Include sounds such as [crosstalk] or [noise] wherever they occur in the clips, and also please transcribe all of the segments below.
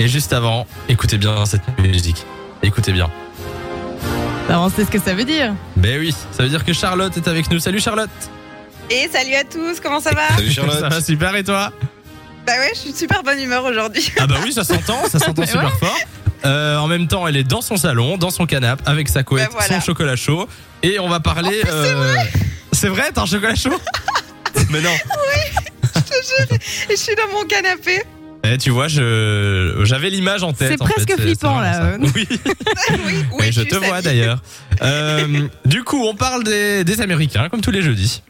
Et juste avant, écoutez bien cette musique. Écoutez bien. Bah, on sait ce que ça veut dire. Ben oui, ça veut dire que Charlotte est avec nous. Salut Charlotte Et salut à tous, comment ça va [laughs] Salut Charlotte. Ça va super et toi Bah ouais, je suis de super bonne humeur aujourd'hui. [laughs] Ah bah oui, ça s'entend, ça s'entend Mais super fort. Euh, en même temps, elle est dans son salon, dans son canapé, avec sa couette, Bah voilà. son chocolat chaud. Et on va parler... euh, C'est vrai, t'as un chocolat chaud Mais non Et je suis dans mon canapé. Eh, tu vois, je j'avais l'image en tête. C'est en fait, presque flippant, c'est là, vraiment ça. Oui, oui, oui, mais je suis te vois Samy. d'ailleurs. Euh, du coup, on parle des, des Américains comme tous les jeudis.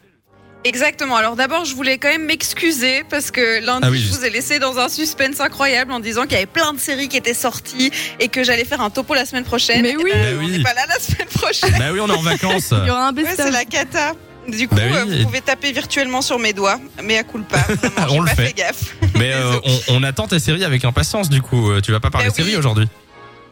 Exactement. Alors d'abord, je voulais quand même m'excuser parce que lundi, Ah oui, je juste. vous ai laissé dans un suspense incroyable en disant qu'il y avait plein de séries qui étaient sorties et que j'allais faire un topo la semaine prochaine. Mais oui. Eh ben, Bah on oui. n'est pas là la semaine [laughs] prochaine. Bah oui, on est en vacances. Il y aura un Ouais, c'est best-of. la cata. Du coup, Bah oui. euh, vous pouvez taper virtuellement sur mes doigts, mais à [laughs] coup le pas. Vraiment, j'ai On le pas fait. fait gaffe. [laughs] Mais euh, on, on attend tes séries avec impatience. Du coup, Euh, tu vas pas parler Bah oui. séries aujourd'hui.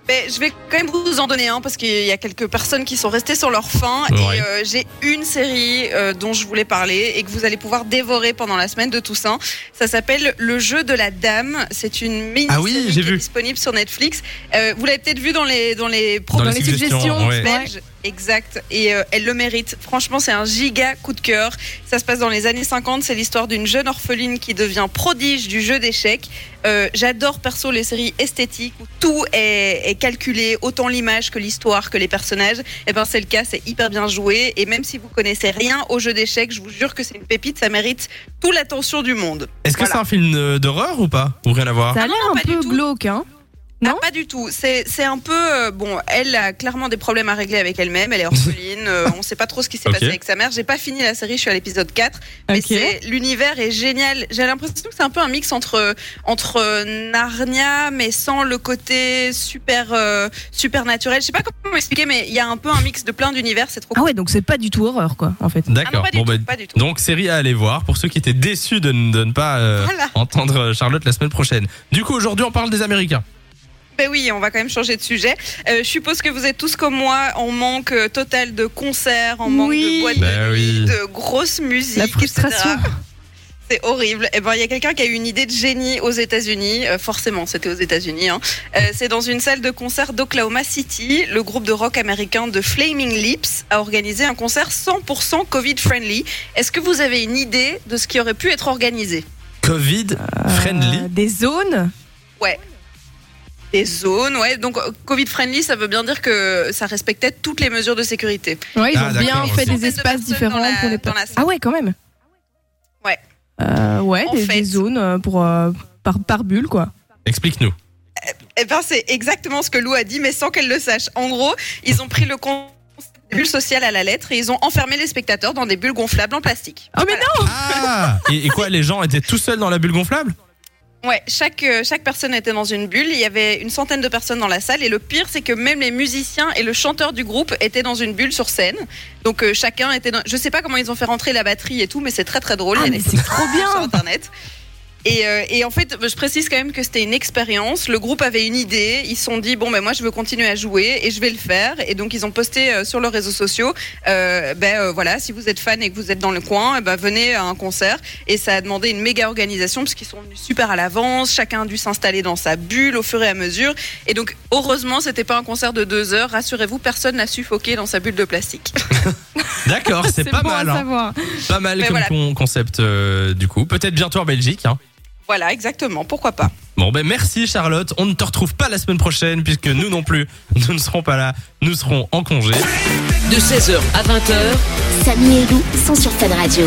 Ben, je vais quand même vous en donner un parce qu'il y a quelques personnes qui sont restées sur leur faim Ouais. et euh, j'ai une série euh, dont je voulais parler et que vous allez pouvoir dévorer pendant la semaine de Toussaint. Ça s'appelle Le jeu de la dame. C'est une mini Ah oui, série j'ai qui est vu. disponible sur Netflix. Euh, vous l'avez peut-être vu dans les dans les Dans propos les suggestions, ouais. belges. Exact. Et euh, elle le mérite. Franchement, c'est un giga coup de cœur. Ça se passe dans les années 50. C'est l'histoire d'une jeune orpheline qui devient prodige du jeu d'échecs. Euh, J'adore perso les séries esthétiques où tout est, est calculé, autant l'image que l'histoire, que les personnages. Et ben c'est le cas, c'est hyper bien joué. Et même si vous connaissez rien au jeu d'échecs, je vous jure que c'est une pépite. Ça mérite toute l'attention du monde. Est-ce que Voilà. c'est un film euh, d'horreur ou pas Ou rien à voir Ça a l'air non, un pas du peu tout. glauque, hein. Non ah, pas du tout. C'est c'est un peu. euh, bon, elle a clairement des problèmes à régler avec elle-même. Elle [laughs] est orpheline. euh, on sait pas trop ce qui s'est Ok. passé avec sa mère. J'ai pas fini la série, je suis à l'épisode 4. Mais Ok. c'est- l'univers est génial. J'ai l'impression que c'est un peu un mix entre, entre euh, Narnia, mais sans le côté super, euh, super naturel. Je sais pas comment m'expliquer, mais il y a un peu un mix de plein d'univers. C'est trop Ah cool. ouais, donc c'est pas du tout horreur, quoi, en fait. Ah non, D'accord. pas du Bon, tout. bah, Pas du tout. donc série à aller voir pour ceux qui étaient déçus de, ne- de ne pas euh, Voilà. entendre euh, Charlotte la semaine prochaine. Du coup, aujourd'hui, on parle des Américains. Ben oui, on va quand même changer de sujet. Euh, je suppose que vous êtes tous comme moi en manque euh, total de concerts, en manque Oui. de boîtes Bah de nuit, oui. de grosses musiques, La frustration. etc.. C'est horrible. Et ben, il y a quelqu'un qui a eu une idée de génie aux États-Unis. Euh, forcément, c'était aux États-Unis. hein. Euh, c'est dans une salle de concert d'Oklahoma City. Le groupe de rock américain The Flaming Lips a organisé un concert 100% Covid-friendly. Est-ce que vous avez une idée de ce qui aurait pu être organisé Covid friendly. Euh, des zones. Des zones, ouais. Donc, euh, Covid-friendly, ça veut bien dire que ça respectait toutes les mesures de sécurité. Ouais, ils Ah, ont bien d'accord, fait ok. des espaces Centaines de différents personnes dans la- pour les dans la personnes. salle. Ah ouais, quand même. Ouais. Euh, ouais, En des, fait- des zones euh, pour, euh, par, par bulle, quoi. Explique-nous. Eh ben, c'est exactement ce que Lou a dit, mais sans qu'elle le sache. En gros, ils ont pris le concept de bulle sociale à la lettre et ils ont enfermé les spectateurs dans des bulles gonflables en plastique. Oh, mais non Ah et, et quoi, les gens étaient tout seuls dans la bulle gonflable Ouais, chaque, euh, chaque personne était dans une bulle. Il y avait une centaine de personnes dans la salle. Et le pire, c'est que même les musiciens et le chanteur du groupe étaient dans une bulle sur scène. Donc euh, chacun était dans. Je sais pas comment ils ont fait rentrer la batterie et tout, mais c'est très très drôle. Ah, Il y a mais des c'est trop sur bien Internet. Et, euh, et en fait, je précise quand même que c'était une expérience. Le groupe avait une idée. Ils se sont dit, bon, ben moi, je veux continuer à jouer et je vais le faire. Et donc, ils ont posté euh, sur leurs réseaux sociaux, euh, ben euh, voilà, si vous êtes fan et que vous êtes dans le coin, eh ben, venez à un concert. Et ça a demandé une méga organisation parce qu'ils sont venus super à l'avance. Chacun a dû s'installer dans sa bulle au fur et à mesure. Et donc, heureusement, c'était pas un concert de deux heures. Rassurez-vous, personne n'a suffoqué dans sa bulle de plastique. [laughs] D'accord, c'est pas, bon à mal. hein. savoir. Pas mal Mais comme voilà. con- concept euh, du coup. Peut-être bientôt en Belgique. hein. voilà, exactement. Pourquoi pas? Bon ben merci Charlotte. On ne te retrouve pas la semaine prochaine puisque nous non plus, nous ne serons pas là. Nous serons en congé. De 16h à 20h, Samy et Lou sont sur Fan Radio.